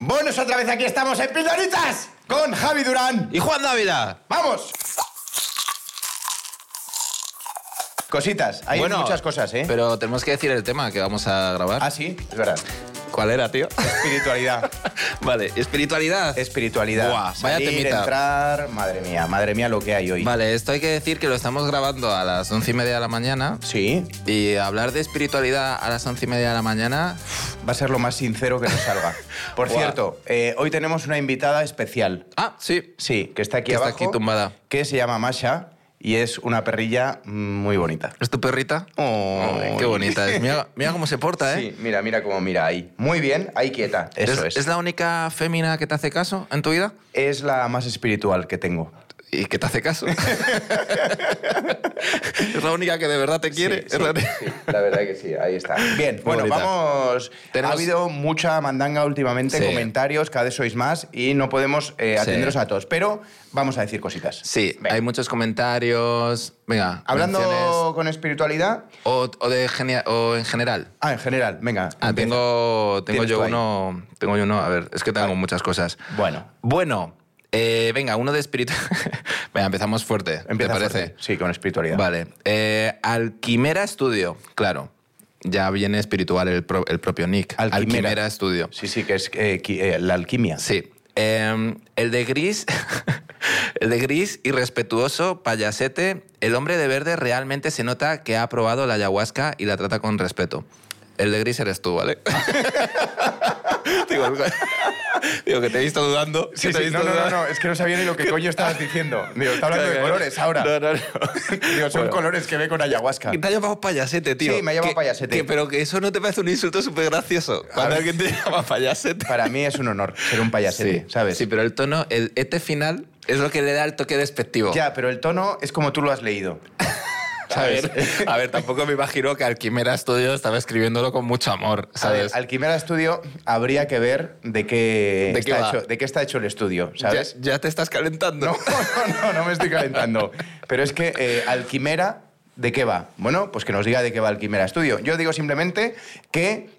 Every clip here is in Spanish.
Buenos otra vez, aquí estamos en Pildoritas con Javi Durán. Y Juan Dávila. ¡Vamos! Cositas, hay muchas cosas, ¿eh? Pero tenemos que decir el tema que vamos a grabar. Ah, sí, es verdad. ¿Cuál era, tío? Espiritualidad. vale, espiritualidad. Espiritualidad. Buah, vaya Salir, temita. entrar, madre mía, madre mía lo que hay hoy. Vale, esto hay que decir que lo estamos grabando a las once y media de la mañana. Sí, Y hablar de espiritualidad a las once y media de la mañana. va a ser lo más sincero que nos salga. Por Buah. cierto, eh, hoy tenemos una invitada especial. Ah, sí. Sí, que está aquí Que está abajo. aquí tumbada. Que se llama Masha y es una perrilla muy bonita. ¿Es tu perrita? Ay, qué Ay. bonita es. Mira, mira cómo se porta, ¿eh? Sí, mira, mira cómo mira ahí. Muy bien, ahí quieta. Eso ¿Es, es. ¿Es la única fémina que te hace caso en tu vida? Es la más espiritual que tengo. ¿Y que te hace caso? es la única que de verdad te quiere. Sí, es la- sí, sí, la verdad que sí, ahí está. Bien, bueno, bonita. vamos. Tenemos- Ha habido mucha mandanga últimamente, Sí. comentarios, cada vez sois más y no podemos eh, Sí. atenderos a todos, pero vamos a decir cositas. Sí, Venga. hay muchos comentarios. Venga, Hablando menciones. con espiritualidad. O, o de genia- o en general. Ah, en general, venga. Ah, empieza. tengo, Tienes tengo tú yo ahí. uno. Tengo yo uno. A ver, es que tengo muchas cosas. Bueno, Bueno, eh, venga, uno de espíritu. venga, empezamos fuerte. empieza. ¿Te parece? fuerte. Sí, con espiritualidad. Vale. Eh, Alquimera Studio, claro. Ya viene espiritual el, pro- el propio Nick. Alquimera. Studio. Sí, sí, que es eh, qui- eh, la alquimia. Sí. Em, el de gris, el de gris, irrespetuoso, payasete. El hombre de verde realmente se nota que ha probado la ayahuasca y la trata con respeto. El de gris eres tú, ¿vale? digo, digo, que te he visto dudando. que Sí, te he sí, visto no, no, no, dudando. no, es que no sabía ni lo que coño estabas diciendo. Digo, está hablando de Claro, colores ahora. No, no, no. Digo, son Bueno. colores que ve con ayahuasca. Que Te ha llamado payasete, tío. Sí, me ha llamado Que- payasete. que- pero que eso no te parece un insulto súper gracioso. Cuando ver. alguien te llama payasete. Para mí es un honor ser un payasete, ¿sabes? Sí, pero el tono, el ete final, es lo que le da el toque despectivo. Ya, pero el tono es como tú lo has leído. ¿Sabes? A ver, a ver, tampoco me imagino que Alquimera Studio estaba escribiéndolo con mucho amor, A ver, ¿sabes? Alquimera Studio habría que ver de qué, ¿De qué está, va? hecho, de qué está hecho el estudio, ¿sabes? Ya, ya te estás calentando. No, no, no, no me estoy calentando. Pero es que eh, Alquimera, ¿de qué va? Bueno, pues que nos diga de qué va Alquimera Studio. Yo digo simplemente que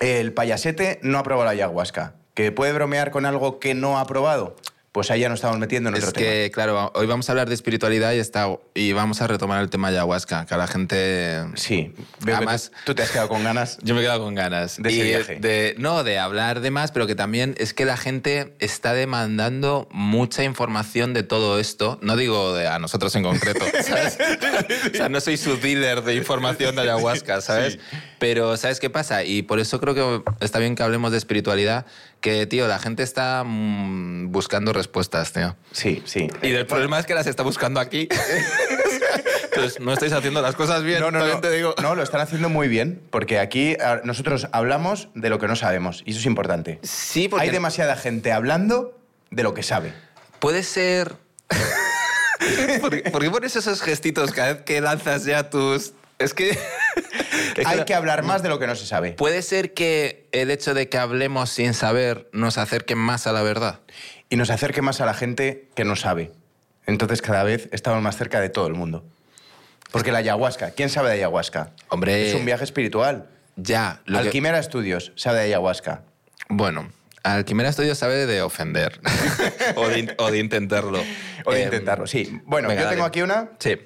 el payasete no ha probado la ayahuasca. Que puede bromear con algo que no ha probado. Pues ahí ya nos estamos metiendo en Es otro tema. que, claro, hoy vamos a hablar de espiritualidad y, está, y vamos a retomar el tema ayahuasca, que a la gente... Sí, veo Además- que tú- tú te has quedado con ganas. Yo me he quedado con ganas. De ese Y viaje. de- no, de hablar de más, pero que también es que la gente está demandando mucha información de todo esto. No digo de a nosotros en concreto, ¿sabes? o sea, no soy su dealer de información de ayahuasca, ¿sabes? Pero ¿sabes qué pasa? Y por eso creo que está bien que hablemos de espiritualidad, que, tío, la gente está mm, buscando respuestas, tío. Sí, sí. Y el problema es que las está buscando aquí. Entonces, no estáis haciendo las cosas bien, No, no, también no. te digo. No, lo están haciendo muy bien, porque aquí a- nosotros hablamos de lo que no sabemos, y eso es importante. Sí, porque Hay demasiada gente hablando de lo que sabe. Puede ser. ¿Por, por qué pones esos gestitos cada vez que lanzas ya tus.? Es que. Es Hay la- que hablar más de lo que no se sabe. Puede ser que el hecho de que hablemos sin saber nos acerque más a la verdad. Y nos acerque más a la gente que no sabe. Entonces cada vez estamos más cerca de todo el mundo. Porque la ayahuasca, ¿quién sabe de ayahuasca? Hombre. Es un viaje espiritual. Ya. Eh, lo que- Alquimera Estudios sabe de ayahuasca. Bueno, Alquimera Studio sabe de ofender. o, de, in- o de intentarlo. O de Eh, intentarlo, sí. Em, Bueno, venga, yo tengo dale. aquí una Sí.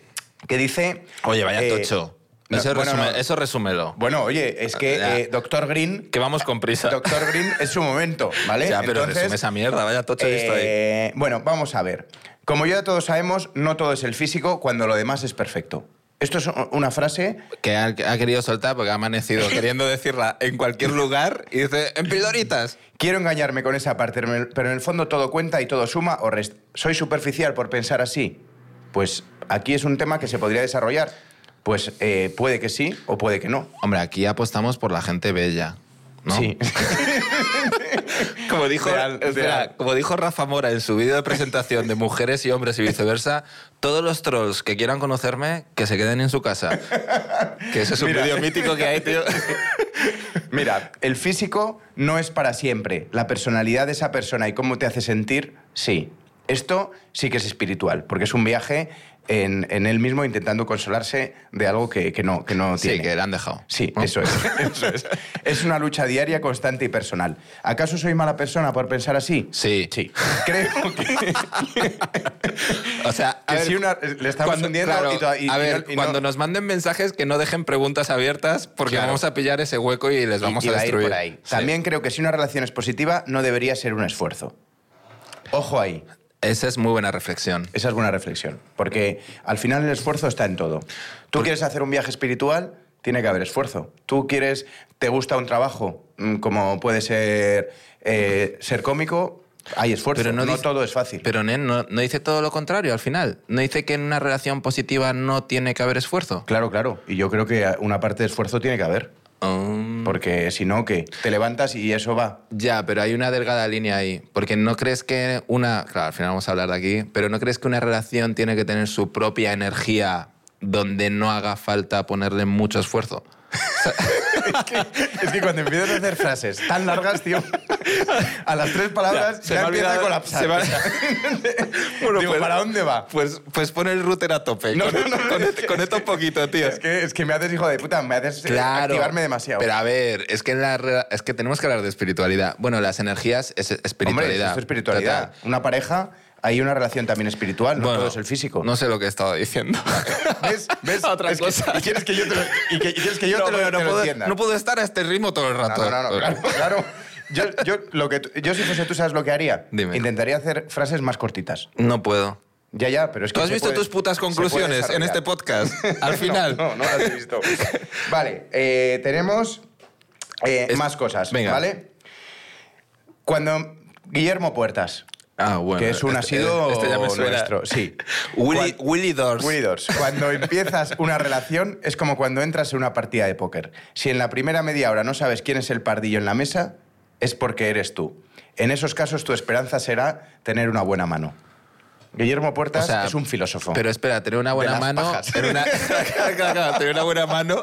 que dice... Oye, vaya eh, tocho. no, eso, bueno, resume- no. eso resúmelo. Bueno, oye, es Ya. que eh, Doctor Green Que vamos con prisa. Doctor Green es su momento, ¿vale? Ya, pero Entonces, resume esa mierda. Vaya tocho que estoy. eh, Bueno, vamos a ver. Como ya todos sabemos, no todo es el físico cuando lo demás es perfecto. Esto es una frase. que ha, ha querido soltar porque ha amanecido queriendo decirla en cualquier lugar y dice, en pildoritas. Quiero engañarme con esa parte, pero en el fondo todo cuenta y todo suma o resta. ¿Soy superficial por pensar así? Pues aquí es un tema que se podría desarrollar. Pues eh, puede que sí o puede que no. Hombre, aquí apostamos por la gente bella, ¿no? Sí. Como dijo, Real, espera, real. como dijo Rafa Mora en su vídeo de presentación de Mujeres y Hombres y viceversa, todos los trolls que quieran conocerme, que se queden en su casa. Que ese es un Mira. vídeo mítico que hay, tío. Mira, el físico no es para siempre. La personalidad de esa persona y cómo te hace sentir, sí. Esto sí que es espiritual, porque es un viaje en, en él mismo intentando consolarse de algo que, que no, que no Sí, tiene. que le han dejado. Sí, eso es, eso es. Es una lucha diaria, constante y personal. ¿Acaso soy mala persona por pensar así? Sí. Sí. Creo que, O sea, a que ver, sí una- le estamos cuando, hundiendo claro, y toda- y- a y ver, no- y no- cuando nos manden mensajes que no dejen preguntas abiertas porque Claro. vamos a pillar ese hueco y les y- vamos y a va a ir destruir. por ahí. Sí. También creo que si una relación es positiva, no debería ser un esfuerzo. Ojo ahí. Esa es muy buena reflexión. Esa es buena reflexión. Porque al final el esfuerzo está en todo. Tú quieres hacer un viaje espiritual, tiene que haber esfuerzo. Tú quieres, te gusta un trabajo, mm, como puede ser eh, ser cómico, hay esfuerzo. Pero no no dice- todo es fácil. Pero Nen no, no dice todo lo contrario al final. No dice que en una relación positiva no tiene que haber esfuerzo. Claro, claro. Y yo creo que una parte de esfuerzo tiene que haber. Um, Porque si no, ¿qué? Te levantas y eso va. Ya, pero hay una delgada línea ahí. Porque no crees que una. Claro, al final vamos a hablar de aquí. Pero no crees que una relación tiene que tener su propia energía donde no haga falta ponerle mucho esfuerzo. Es que cuando empiezas a hacer frases tan largas, tío, a las tres palabras Ya, se se me ha empieza a olvidado- colapsar. se me ha- O sea, Bueno, digo, pues- ¿para dónde va? Pues, pues pon el router a tope. No, con, no, no, con- es que- conecta un poquito, tío. Es que, es que me haces hijo de puta, me haces eh, activarme demasiado. Pero a ver, es que, en la, re- es que tenemos que hablar de espiritualidad. Bueno, las energías es espiritualidad. Hombre, esto es espiritualidad. total. Una pareja, hay una relación también espiritual, no Bueno, todo es el físico. No sé lo que he estado diciendo. ¿Ves? ¿Ves? Otra Es que- cosa. y quieres que yo te lo, y que- y quieres que yo no, te lo, pero no te lo puedo, entienda. no puedo estar a este ritmo todo el rato. No, no, no, claro, claro. Yo, yo lo que, tú- yo si fuese tú, ¿sabes lo que haría? Dime. Intentaría hacer frases más cortitas. No puedo. Ya, ya, pero es que ¿Tú has se visto puede- tus putas se puede conclusiones en desarrollar. este podcast? Al No, final. No, no, las he visto. vale, eh, tenemos eh, Es- más cosas, Venga. ¿vale? Cuando Guillermo Puertas, Ah, bueno. que es un este- asiduo este ya me suena. nuestro, sí. Willy, Cuan- Willy Dors. Willy Dors, Cuando empiezas una relación es como cuando entras en una partida de póker. Si en la primera media hora no sabes quién es el pardillo en la mesa, es porque eres tú. En esos casos tu esperanza será tener una buena mano. Guillermo Puertas O sea, es un filósofo. Pero espera, tener una buena las mano. pajas. Tener una, Claro, claro, claro, tener una buena mano.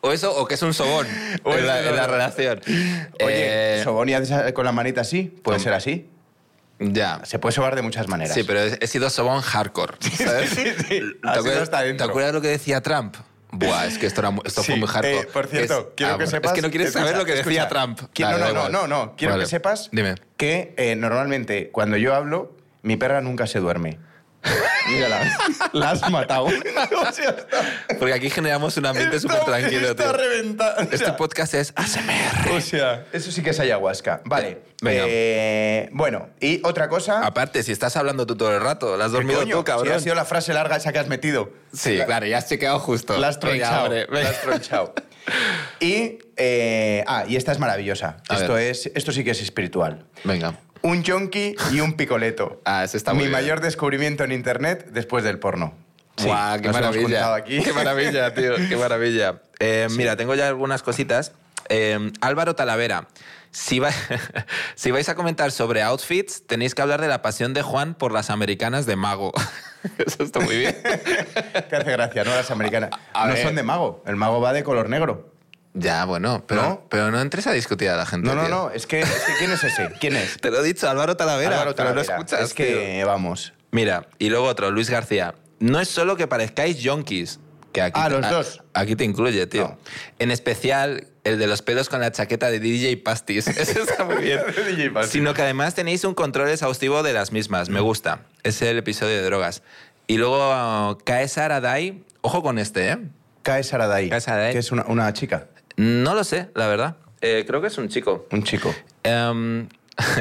O eso, o que es un sobón O en, es la, un en la sobón. relación. Oye, Eh, ¿sobón y haces con la manita así? ¿Puede Som- ser así? ya. Se puede sobar de muchas maneras. Sí, pero he, he sido sobón hardcore. ¿sabes? sí, sí. ¿Te, Ha sido acuerdas, hasta adentro. te acuerdas lo que decía Trump? Buah, es que esto, era mu- esto fue Sí, muy hardcore. eh, por cierto, Es- quiero ah, que bueno, sepas... Es que no quieres escucha, saber lo que decía escucha. Trump. Qui- Vale, da no, no, igual. no, no, no. Quiero Vale. que sepas Dime. que eh, normalmente cuando yo hablo, mi perra nunca se duerme. Mírala. La has matado. O sea, está- Porque aquí generamos un ambiente está- súper tranquilo, está tío. reventada. O Este sea, podcast es ASMR. o sea, eso sí que es ayahuasca. Vale. Venga. eh, bueno, y otra cosa... Aparte, si estás hablando tú todo el rato, la has ¿Qué dormido coño? tú, Si cabrón. ha sido la frase larga esa que has metido. Sí, claro, ya has chequeado justo. La has Venga, tronchado. hombre, venga. la has tronchado. Y, eh, ah, y esta es maravillosa. A Esto, ver. es, esto sí que es espiritual. Venga. Un yonki y un picoleto. Ah, ese está muy Mi bien. mayor descubrimiento en internet después del porno. Sí, Guau, qué nos hemos juntado maravilla. aquí. Qué maravilla, tío, qué maravilla. Eh, Mira, tengo ya algunas cositas. Eh, Álvaro Talavera, si, va- si vais a comentar sobre outfits, tenéis que hablar de la pasión de Juan por las americanas de mago. Eso está muy bien. Te hace gracia, ¿no? Las americanas. A- a no ver. son de mago. El mago va de color negro. ya, bueno, pero ¿No? ¿No? pero no entres a discutir a la gente. No, no, tío. no. Es que, es que ¿quién es ese? ¿Quién es? Te lo he dicho, Álvaro Talavera. Álvaro pero Talavera. no escuchas. es que, tío. vamos. Mira, y luego otro, Luis García. No es solo que parezcáis yonkis. Que aquí Ah, te- los dos. Aquí te incluye, tío. No. En especial el de los pelos con la chaqueta de DJ Pastis. Eso está muy bien. DJ Pastis. Sino que además tenéis un control exhaustivo de las mismas. Me gusta. Es el episodio de drogas. Y luego Kaesar Adai. Ojo con este, ¿eh? Cae Saradai. Cae Saradai. Que es una, una chica. No lo sé, la verdad. Eh, creo que es un chico. Un chico. Em,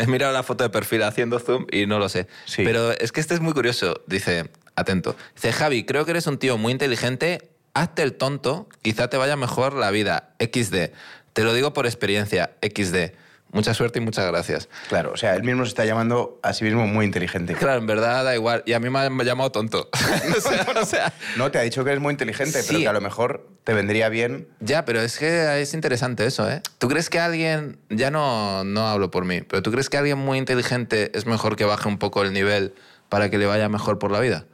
he mirado la foto de perfil haciendo zoom y no lo sé. Sí. Pero es que este es muy curioso. Dice, atento. Dice, Javi, creo que eres un tío muy inteligente. Hazte el tonto. Quizá te vaya mejor la vida. XD. Te lo digo por experiencia. XD. Mucha suerte y muchas gracias. Claro, o sea, él mismo se está llamando a sí mismo muy inteligente. Claro, en verdad da igual. Y a mí me han llamado tonto. o sea, o sea, No, te ha dicho que eres muy inteligente, pero Sí. que a lo mejor te vendría bien. ya, pero es que es interesante eso, ¿eh? ¿Tú crees que alguien, ya no, no hablo por mí, pero tú crees que alguien muy inteligente es mejor que baje un poco el nivel para que le vaya mejor por la vida?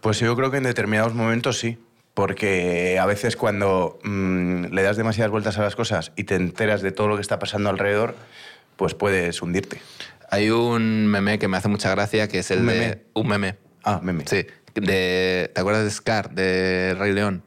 Pues yo creo que en determinados momentos sí. Porque a veces cuando mm, le das demasiadas vueltas a las cosas y te enteras de todo lo que está pasando alrededor, pues puedes hundirte. Hay un meme que me hace mucha gracia que es el ¿Un de meme? un meme. Ah, meme. Sí. De, ¿Te acuerdas de Scar, de Rey León?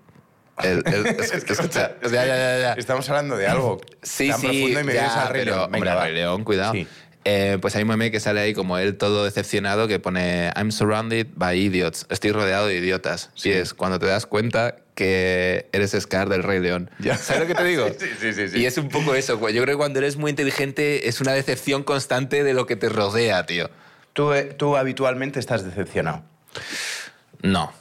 El- el- es- Es que, escucha, o sea, ya, ya, ya, ya. Estamos hablando de algo Sí, tan sí, profundo y me ya, vienes al Rey pero, León. hombre, Venga, va. Rey León, cuidado. Sí. Eh, pues hay un meme que sale ahí como él todo decepcionado que pone I'm surrounded by idiots. Estoy rodeado de idiotas. Y es cuando te das cuenta que eres Scar del Rey León. Ya. ¿Sabes lo que te digo? Sí, sí, sí, sí. Y es un poco eso. güey. Yo creo que cuando eres muy inteligente es una decepción constante de lo que te rodea, tío. Tú, eh, tú habitualmente estás decepcionado. No.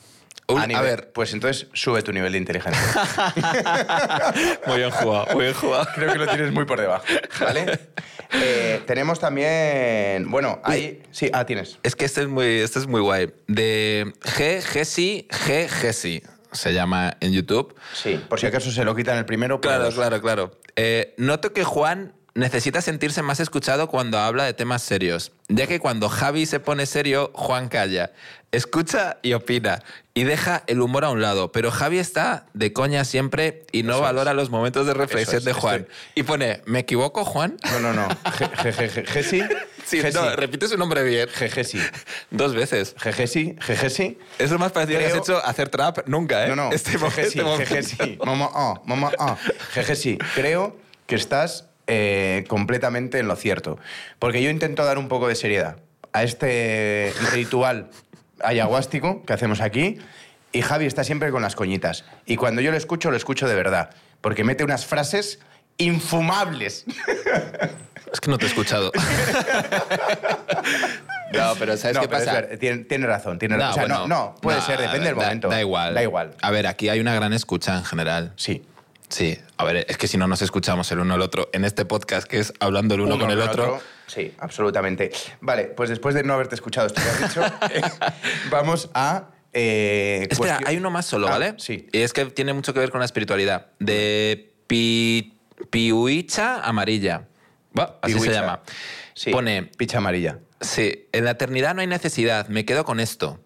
Un- A a, nivel- ver. Pues entonces sube tu nivel de inteligencia. Muy bien jugado, muy bien jugado. Creo que lo tienes muy por debajo, ¿vale? Eh, tenemos también... Bueno, ahí... Sí, ah, tienes. Es que este es muy, este es muy guay. De G, Gessi, G, Gessi. Se llama en YouTube. Sí. Por si acaso se lo quitan el primero. pero- Claro, claro, claro. Eh, noto que Juan necesita sentirse más escuchado cuando habla de temas serios, ya que cuando Javi se pone serio, Juan calla, escucha y opina, y deja el humor a un lado. Pero Javi está de coña siempre y no Eso es. valora los momentos de reflexión es, de Juan. estoy- Y pone, ¿me equivoco, Juan? No, no, no. Jeje, Jessy. Sí, no, repite su nombre bien. Jejesi. Dos veces. Jejesi. Jejesi. Es lo más parecido que Creo- has hecho a hacer trap nunca, ¿eh? No, no. Este, mo- Jejesi. este momento. Jejesi. Mamá, ah, mamá, ah. Jejesi. Creo que estás eh, completamente en lo cierto. Porque yo intento dar un poco de seriedad a este ritual ayahuástico que hacemos aquí. Y Javi está siempre con las coñitas. Y cuando yo lo escucho, lo escucho de verdad. Porque mete unas frases infumables. Es que no te he escuchado. no, pero ¿sabes No, qué pero es pasa? ver- tiene, tiene razón, tiene razón. o sea, bueno, no, no, puede nah, ser, depende del da- momento. Da igual. Da igual. A ver, aquí hay una gran escucha en general. Sí. Sí. A ver, es que si no nos escuchamos el uno al otro en este podcast que es hablando el uno, con el otro. Sí, absolutamente. Vale, pues después de no haberte escuchado esto que has dicho, eh, vamos a. eh, Espera, cuestión- hay uno más solo, Ah, ¿vale? Eh, Sí. Y es que tiene mucho que ver con la espiritualidad. De pi, Piuicha Amarilla. Va, Así Pihuicha. se llama. Sí, Pone, Picha amarilla. Sí, en la eternidad no hay necesidad, me quedo con esto.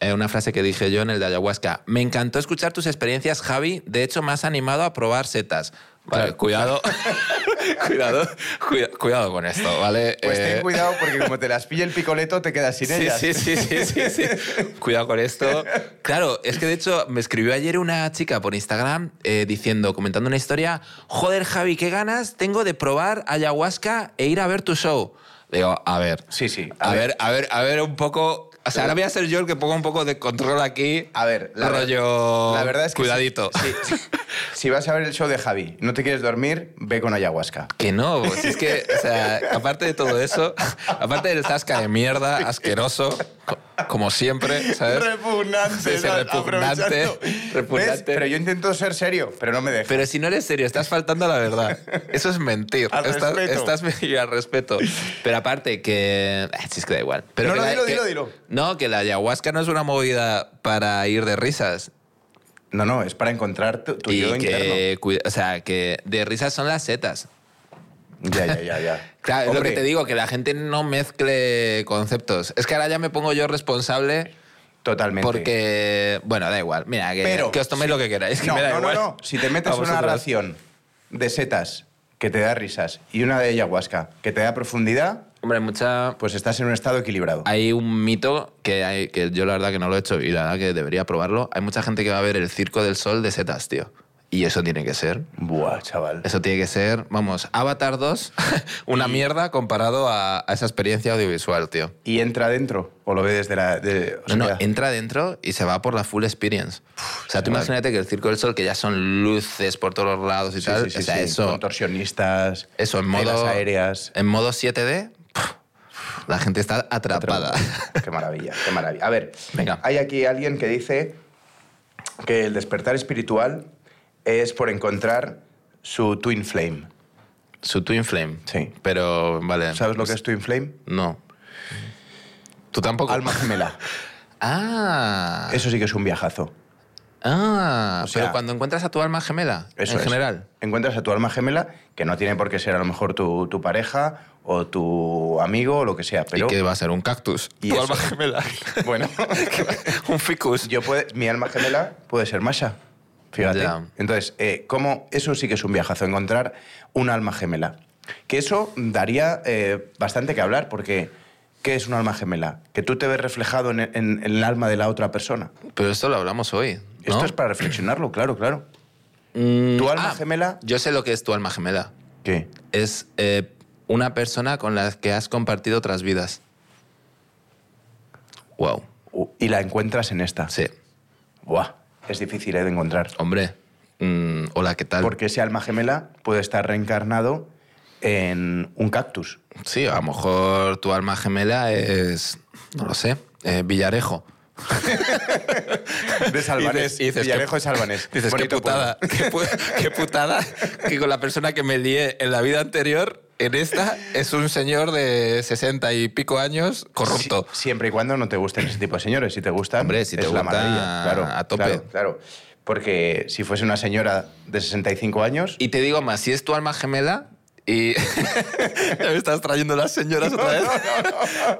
Eh, una frase que dije yo en el de ayahuasca. Me encantó escuchar tus experiencias, Javi. De hecho, me has animado a probar setas. Vale, Claro. cuidado. cuidado. cuida- cuidado con esto, ¿vale? Pues Eh, ten cuidado porque como te las pille el picoleto, te quedas sin Sí, ellas. sí, sí, sí, sí, sí. Cuidado con esto. Claro, es que de hecho me escribió ayer una chica por Instagram eh, diciendo, comentando una historia, joder Javi, qué ganas tengo de probar ayahuasca e ir a ver tu show. Digo, a ver, Sí, sí, a a, ver, a ver, a ver un poco... O sea, ahora voy a ser yo el que ponga un poco de control aquí. A ver, la, rollo... la verdad es que. Cuidadito. Si, si- si vas a ver el show de Javi y no te quieres dormir, ve con ayahuasca. Que no, pues, es que, o sea, aparte de todo eso, aparte del tasca de mierda, asqueroso, co- como siempre, ¿sabes? Repugnante. Sí, sí, ¿no? repugnante, Aprovechando. repugnante. ¿Ves? Pero yo intento ser serio, pero no me deja. Pero si no eres serio, estás faltando a la verdad. Eso es mentir. Al estás, respeto. estás- y al respeto. Pero aparte que... ah, sí, es que da igual. Pero No, que no, la- dilo, que- dilo, dilo. No, que la ayahuasca no es una movida para ir de risas. No, no, es para encontrar tu, tu y yo interno. que... cuida- O sea, que de risas son las setas. Ya, ya, ya, ya. Claro, es Hombre, lo que te digo, que la gente no mezcle conceptos. Es que ahora ya me pongo yo responsable Totalmente. porque... Bueno, da igual. Mira, que, Pero que os toméis si- lo que queráis. que no, me da no, no, igual. no. Si te metes A en una vosotros. ración de setas que te da risas y una de ayahuasca que te da profundidad, Hombre, mucha... pues estás en un estado equilibrado. Hay un mito que, hay, que yo la verdad que no lo he hecho y la verdad que debería probarlo. Hay mucha gente que va a ver el Circo del Sol de setas, tío. Y eso tiene que ser. Buah, chaval. Eso tiene que ser, vamos, Avatar 2, una mierda comparado a, a esa experiencia audiovisual, tío. ¿Y entra dentro? ¿O lo ves desde la.? de- o No, no, sea, entra dentro y se va por la full experience. o sea, tú chaval. imagínate que el Circo del Sol, que ya son luces por todos lados y sí, tal, sí, sí, o sea, sí, eso, Contorsionistas. eso en telas modo aéreas. en modo 7D, puf, la gente está atrapada. Qué maravilla, qué maravilla. A ver, Venga. hay aquí alguien que dice que el despertar espiritual es por encontrar su twin flame. Su Twin Flame. Sí. Pero, vale. ¿Sabes lo que es twin flame? No. ¿Tú tampoco? Alma gemela. Ah. Eso sí que es un viajazo. Ah. O sea- pero cuando encuentras a tu alma gemela, Eso en es. general. Encuentras a tu alma gemela, que no tiene por qué ser a lo mejor tu, tu pareja o tu amigo o lo que sea, pero... ¿Y qué va a ser? ¿Un cactus? Y tu eso. alma gemela. Bueno, Un ficus. yo puede, mi alma gemela puede ser Masha. Fíjate. Ya. Entonces, eh, ¿cómo? eso sí que es un viajazo, encontrar un alma gemela. Que eso daría eh, bastante que hablar, porque ¿Qué es un alma gemela? Que tú te ves reflejado en, en- en el alma de la otra persona. Pero esto lo hablamos hoy. ¿no? Esto es para reflexionarlo, claro, claro. Mm, ¿Tu alma gemela? Yo sé lo que es tu alma gemela. ¿Qué? Es eh, una persona con la que has compartido otras vidas. Wow. U- Y la encuentras en esta. Sí. Buah, es difícil eh, de encontrar. Hombre. Mm, hola, ¿qué tal? Porque ese alma gemela puede estar reencarnado en un cactus. Sí, a lo mejor tu alma gemela es. No lo sé. eh, Villarejo. De Salvanés. Y dices- y dices, Villarejo qué- de Salvanés. Dices, qué Bonito pueblo. putada, qué, pu- qué putada que con la persona que me lié en la vida anterior, en esta, es un señor de 60 y pico años corrupto. Si- siempre y cuando no te gusten ese tipo de señores. Si te gustan, Hombre, si te es la gusta, maravilla. Claro, a tope. Claro, claro. Porque si fuese una señora de 65 años... Y te digo más, si es tu alma gemela y... ya me estás trayendo las señoras otra vez.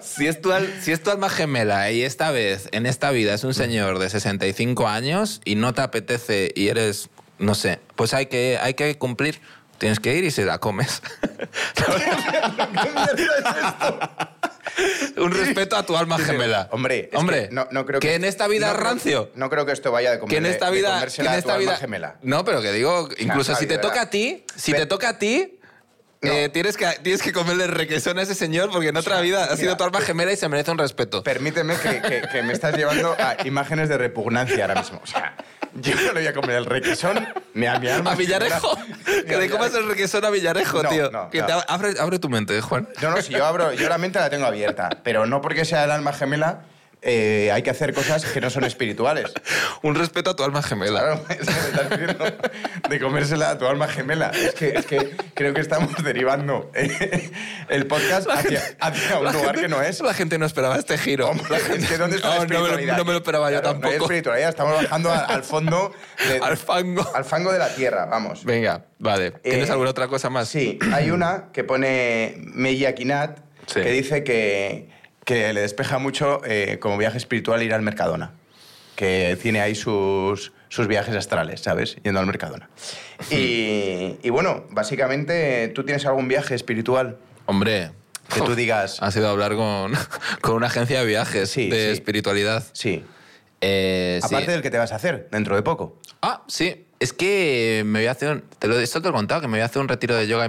si, es tu al- si es tu alma gemela y esta vez, en esta vida, es un señor de 65 años y no te apetece y eres, no sé, pues hay que, hay que cumplir. Tienes que ir y se la comes. un respeto a tu alma gemela. Hombre, es Hombre que no, no creo que... que en esta vida no es creo- rancio. No creo que esto vaya de, comer, Que en esta de vida. comérsela que en a tu esta alma vida- gemela. No, pero que digo, incluso Javi, si te de verdad. toca a ti, si Ve- te toca a ti. No. eh, tienes, que, tienes que comerle requesón a ese señor porque en otra vida ha sido tu alma gemela y se merece un respeto. Permíteme que, que- que me estás llevando a imágenes de repugnancia ahora mismo. O sea, yo no le voy a comer el requesón ni a mi alma. a Villarejo. Ni a que le comas Villarejo. el requesón a Villarejo, No, tío. no, que no. te ab- abre, abre tu mente, Juan. No, no, si yo abro, yo la mente la tengo abierta, pero no porque sea el alma gemela, eh, hay que hacer cosas que no son espirituales. Un respeto a tu alma gemela. Claro, es que me estás pidiendo de comérsela a tu alma gemela. Es que, es que creo que estamos derivando eh, el podcast hacia, hacia un La lugar gente- que no es. La gente no esperaba este giro. Hombre, es que ¿dónde está la No, no me lo- espiritualidad? no me lo esperaba yo Claro, No hay tampoco. espiritualidad, estamos bajando al, al fondo, de- Al fango. al fango de la tierra, vamos. Venga, vale. ¿Tienes Eh, alguna otra cosa más? Sí, hay una que pone Meiji Akinat, Sí. que dice que, que le despeja mucho eh, como viaje espiritual ir al Mercadona. Que tiene ahí sus, sus viajes astrales, ¿sabes? Yendo al Mercadona. Y, y bueno, básicamente, ¿tú tienes algún viaje espiritual Hombre. que tú digas? Ha sido hablar con, con una agencia de viajes Sí, de sí. espiritualidad. Sí. Eh, sí. Aparte del que te vas a hacer dentro de poco. Ah, sí. Es que me voy a hacer. un- te lo, esto te lo he contado, que me voy a hacer un retiro de yoga y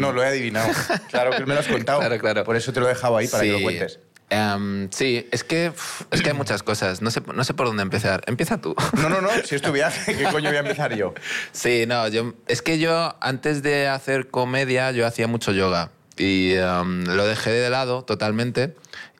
No, lo he adivinado. Claro que me lo has contado. Claro, claro. Por eso te lo he dejado ahí para que lo cuentes. Em, sí, es que, uf, es que hay muchas cosas. No sé, no sé por dónde empezar. Empieza tú. No, no, no. Si es tu viaje, ¿qué coño voy a empezar yo? Sí, no, yo, es que yo antes de hacer comedia yo hacía mucho yoga y em, lo dejé de lado totalmente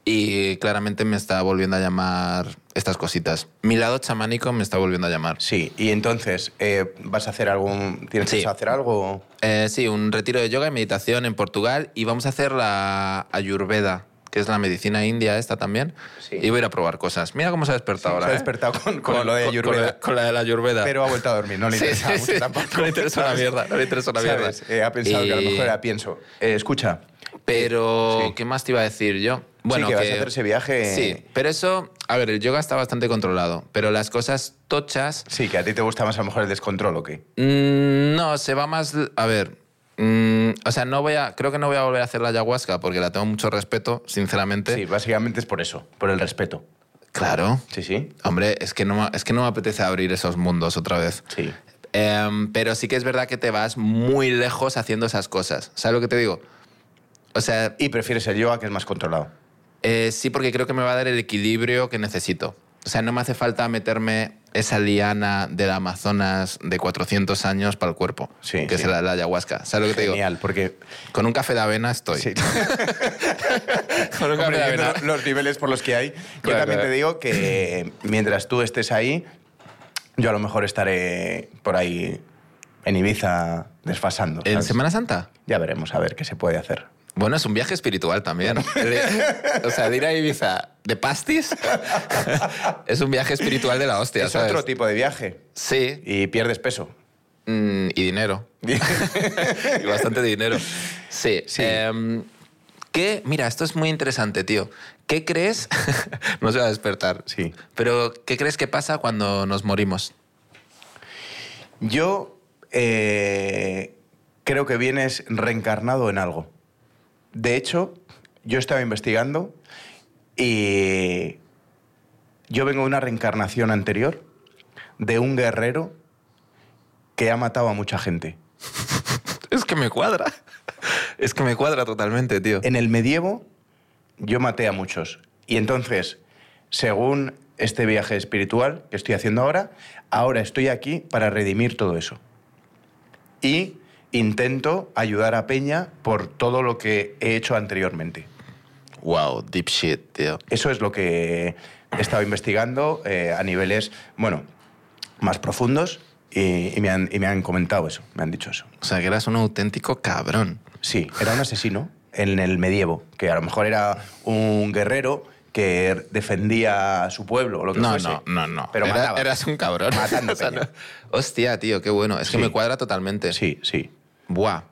y claramente me está volviendo a llamar estas cositas. Mi lado chamánico me está volviendo a llamar. Sí, y entonces, eh, ¿vas a hacer algún. ¿Tienes Sí. pensado hacer algo? Eh, sí, un retiro de yoga y meditación en Portugal y vamos a hacer la ayurveda, que es la medicina india esta también. Sí. Y voy a ir a probar cosas. Mira cómo se ha despertado ahora. se ha ¿eh? despertado con, con lo de Con, Ayurveda. la- con la de la ayurveda. Pero ha vuelto a dormir, no le Sí, interesa sí, mucho sí. tampoco. No le interesa una ¿sabes? mierda, no le interesa una mierda. ¿Sabes? Eh, ha pensado que a lo Y- mejor era pienso. Eh, escucha. Pero, Sí. ¿qué más te iba a decir yo? Bueno, sí, que, vas a hacer ese viaje. Sí, pero eso, a ver, el yoga está bastante controlado, pero las cosas tochas, Sí, que a ti te gusta más a lo mejor el descontrol o qué. mm, no, se va más, a ver, mm, o sea, no voy a, creo que no voy a volver a hacer la ayahuasca porque la tengo mucho respeto, sinceramente. Sí, básicamente es por eso, por el respeto. Claro, Sí, sí. hombre, es que no, me- es que no me apetece abrir esos mundos otra vez. Sí. Em, pero sí que es verdad que te vas muy lejos haciendo esas cosas. ¿Sabes lo que te digo? O sea, Y prefieres el yoga, que es más controlado. Eh, sí, porque creo que me va a dar el equilibrio que necesito. O sea, no me hace falta meterme esa liana del Amazonas de 400 años para el cuerpo, Sí, que sí. es la, la ayahuasca. ¿Sabes lo que Genial, porque. te digo? Con un café de avena estoy. Sí. Con un café de Comprendiendo avena. los niveles por los que hay. yo Claro, también claro. te digo que mientras tú estés ahí, yo a lo mejor estaré por ahí en Ibiza desfasando. ¿En ¿sabes? Semana Santa? Ya veremos a ver qué se puede hacer. Bueno, es un viaje espiritual también. El de- o sea, el ir a Ibiza de pastis es un viaje espiritual de la hostia, es ¿sabes? otro tipo de viaje Sí, y pierdes peso. Mm, y dinero. y bastante dinero. Sí. Sí. em, ¿qué- Mira, esto es muy interesante, tío. ¿Qué crees? no se va a despertar. Sí. Pero, ¿qué crees que pasa cuando nos morimos? Yo eh, creo que vienes reencarnado en algo. De hecho, yo estaba investigando y yo vengo de una reencarnación anterior de un guerrero que ha matado a mucha gente. Es que me cuadra. Es que me cuadra totalmente, tío. En el medievo yo maté a muchos. Y entonces, según este viaje espiritual que estoy haciendo ahora, ahora estoy aquí para redimir todo eso. Y intento ayudar a Peña por todo lo que he hecho anteriormente. Wow, deep shit, tío. Eso es lo que he estado investigando eh, a niveles, bueno, más profundos y, y me han, y me han comentado eso, me han dicho eso. O sea, que eras un auténtico cabrón. Sí, era un asesino en el medievo, que a lo mejor era un guerrero que defendía a su pueblo o lo que No, fuese. no, no, no. Pero Era- mataba. Eras un cabrón. Matando O sea, no. peña. Hostia, tío, qué bueno. Es que Sí. me cuadra totalmente. Sí, sí. Buah.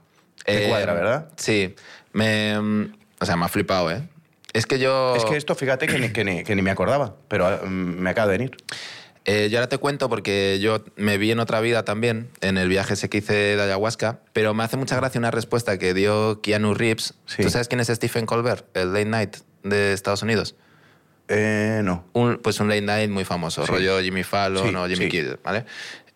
Eh, Te cuadra, ¿verdad? Sí. Me, mm, o sea, me ha flipado, ¿eh? Es que yo... Es que esto, fíjate que ni, que ni- que ni me acordaba, pero ah, mm, me acaba de venir. Eh, yo ahora te cuento porque yo me vi en otra vida también, en el viaje ese que hice de ayahuasca, pero me hace mucha gracia una respuesta que dio Keanu Reeves. Sí. ¿Tú sabes quién es Stephen Colbert, el late night de Estados Unidos? Eh, no. Un- pues un late night muy famoso, Sí. rollo Jimmy Fallon Sí, o Jimmy sí. Kimmel, ¿vale?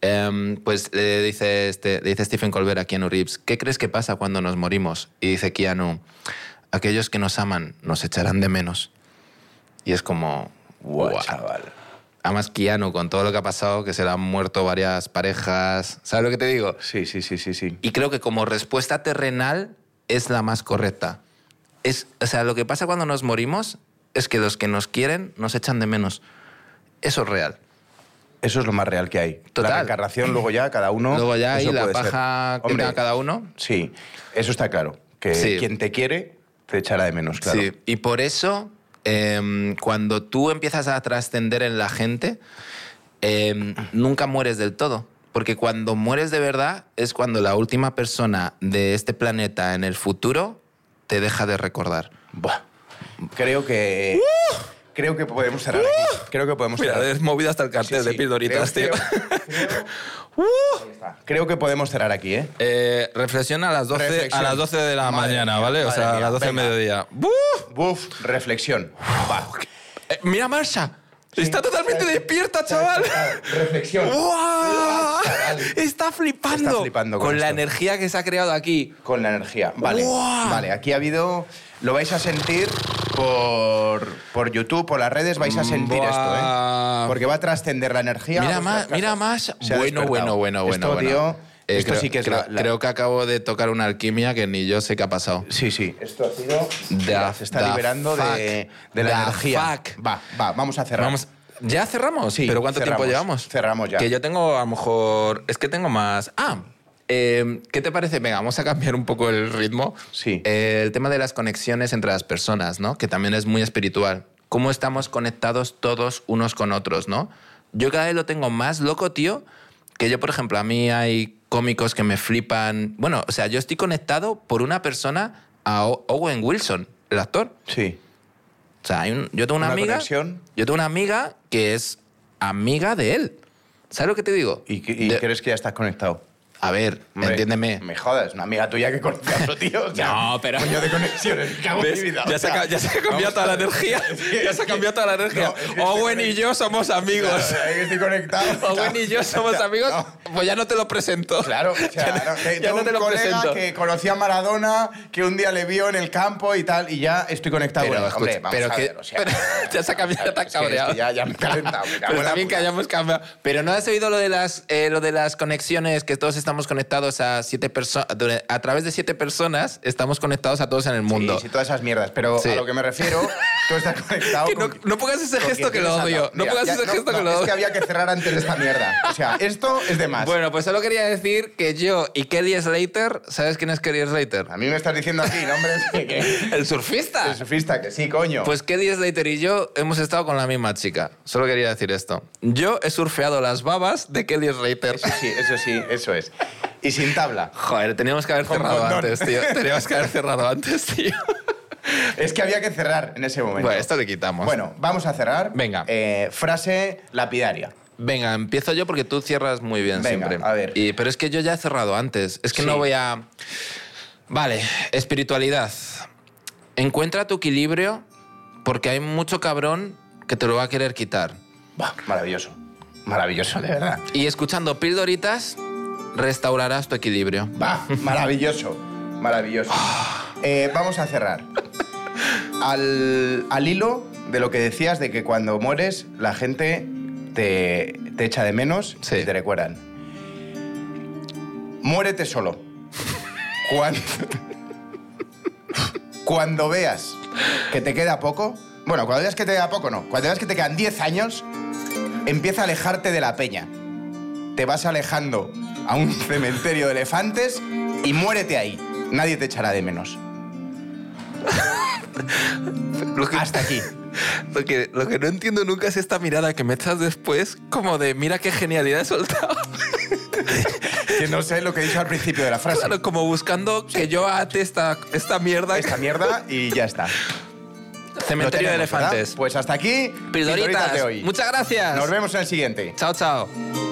Em, pues le dice, este, le dice Stephen Colbert a Keanu Reeves, ¿qué crees que pasa cuando nos morimos? Y dice Keanu, aquellos que nos aman nos echarán de menos. Y es como... Guau, "Guau". chaval. Además, Keanu, con todo lo que ha pasado, que se le han muerto varias parejas. ¿Sabes lo que te digo? Sí, sí, sí, sí, sí. Y creo que como respuesta terrenal es la más correcta. Es, o sea, lo que pasa cuando nos morimos es que los que nos quieren nos echan de menos. Eso es real. Eso es lo más real que hay. Total. La reencarnación, luego ya, cada uno... Luego ya eso ahí la puede ser. paja que Hombre, tenga cada uno. Sí, eso está claro. Que Sí. quien te quiere, te echará de menos, claro. Sí. Y por eso, em, cuando tú empiezas a trascender en la gente, em, nunca mueres del todo. Porque cuando mueres de verdad es cuando la última persona de este planeta en el futuro te deja de recordar. Buah. Creo que... Creo que podemos cerrar aquí. Creo que podemos cerrar. movido hasta el Sí, sí. Creo, creo- creo- Ahí está. Creo que podemos cerrar aquí, ¿eh? reflexión a las 12, Reflexión. a las 12 de la Madre mañana, mía, ¿vale? O madre sea, a mía, las 12 del venga. mediodía. ¡Bú! Buf, reflexión. Va. Eh, mira, Marsha. Está totalmente despierta, chaval. Reflexión. ¡Guau! chaval. Está flipando. Está flipando con con la esto. energía que se ha creado aquí. Con la energía. Vale. ¡Guau! Vale, aquí ha habido. Lo vais a sentir por, por YouTube, por las redes, vais a sentir esto, ¿eh? Buah. Porque va a trascender la energía. Mira a más, vuestras mira casas. más. pues, Se ha Bueno, despertado. bueno, bueno, bueno. Esto, bueno. tío, Eh, esto creo- sí que es creo, la, la- creo que acabo de tocar una alquimia que ni yo sé qué ha pasado. Sí, sí. Esto ha sido. Mira, se está the liberando de, fuck. de la The energía. fuck. Va, va, vamos a cerrar. Vamos. ¿Ya cerramos? Sí, ¿Pero cuánto cerramos, tiempo llevamos? cerramos ya. Que yo tengo, a lo mejor. Es que tengo más. Ah, eh, ¿qué te parece? Venga, vamos a cambiar un poco el ritmo. Sí. Eh, el tema de las conexiones entre las personas, ¿no? Que también es muy espiritual. Cómo estamos conectados todos unos con otros, ¿no? Yo cada vez lo tengo más loco, tío, que yo, por ejemplo, a mí hay cómicos que me flipan. Bueno, o sea, yo estoy conectado por una persona a O- Owen Wilson, el actor. Sí. O sea, hay un- yo tengo una, Una amiga. conexión. Yo tengo una amiga que es amiga de él. ¿Sabes lo que te digo? ¿Y, qué- y De- crees que ya estás conectado? A ver, Hombre, entiéndeme. Me jodas, una amiga tuya que conoce a otro tío. o sea, No, pero- Coño de conexiones, me cago en mi vida. o sea, vamos a ver. Ya se ha cambiado toda la energía. es que- Owen y yo somos Claro, estoy conectado. No, no. Pues ya no te lo presento. Claro, o sea, no, te- ya tengo no te un lo colega presento. que conocía a Maradona, que un día le vio en el campo y tal, y ya estoy conectado. Pero, Bueno, escucha, hombre, vamos pero a que- ver, o sea, pero ya se ha cambiado, vamos a ver, tan es que- es que cabreado. ya, ya me he calentado. me cago en Pero la también que puta. hayamos cambiado. Pero no has oído lo de las, eh, lo de las conexiones, que todos estamos conectados a siete personas. A través de siete personas estamos conectados a todos en el mundo. Sí, sí, todas esas mierdas. Pero Sí. a lo que me refiero, tú estás conectado. Que no, con- no pongas ese con gesto quien que tienes lo al odio. lado. No Mira, pongas ya- ese no, gesto no, que lo Es que odio. había que cerrar antes esta mierda. O sea, esto es de más. Bueno, pues solo quería decir que yo y Kelly Slater, ¿sabes quién es Kelly Slater? A mí me estás diciendo aquí, ¿no, hombre? Que, que- El surfista. el surfista, que sí, coño. Pues Kelly Slater y yo hemos estado con la misma chica. Solo quería decir esto. Yo he surfeado las babas de Kelly Slater. Eso sí, eso sí, eso es. Y sin tabla. Joder, teníamos que haber Con cerrado condón. antes, tío. Teníamos que haber cerrado antes, tío. Es que había que cerrar en ese momento. Bueno, esto le quitamos. Bueno, vamos a cerrar. Venga. Eh, frase lapidaria. Venga, empiezo yo porque tú cierras muy bien Venga, siempre. a ver. Y- pero es que yo ya he cerrado antes. Es que Sí. no voy a. Vale, espiritualidad. encuentra tu equilibrio porque hay mucho cabrón que te lo va a querer quitar. Buah, maravilloso. Maravilloso, de verdad. Y escuchando pildoritas, restaurarás tu equilibrio. Va, maravilloso, maravilloso. Eh, vamos a cerrar. Al, al hilo de lo que decías de que cuando mueres la gente te, te echa de menos Sí. y te recuerdan. Muérete solo. Cuando, cuando veas que te queda poco, bueno, cuando veas que te queda poco no, cuando veas que te quedan 10 años, empieza a alejarte de la peña te vas alejando a un cementerio de elefantes y muérete ahí. Nadie te echará de menos. Lo que, Hasta aquí. lo que- lo que no entiendo nunca es esta mirada que me echas después, como de mira qué genialidad he soltado. Que no sé lo que he dicho al principio de la frase. Claro, como buscando que yo ate esta, esta mierda. Esta mierda y ya está. Lo Cementerio de tenemos, ¿verdad? elefantes. Pues hasta aquí. Pildoritas. Pildoritas de hoy. Muchas gracias. Nos vemos en el siguiente. Chao, chao.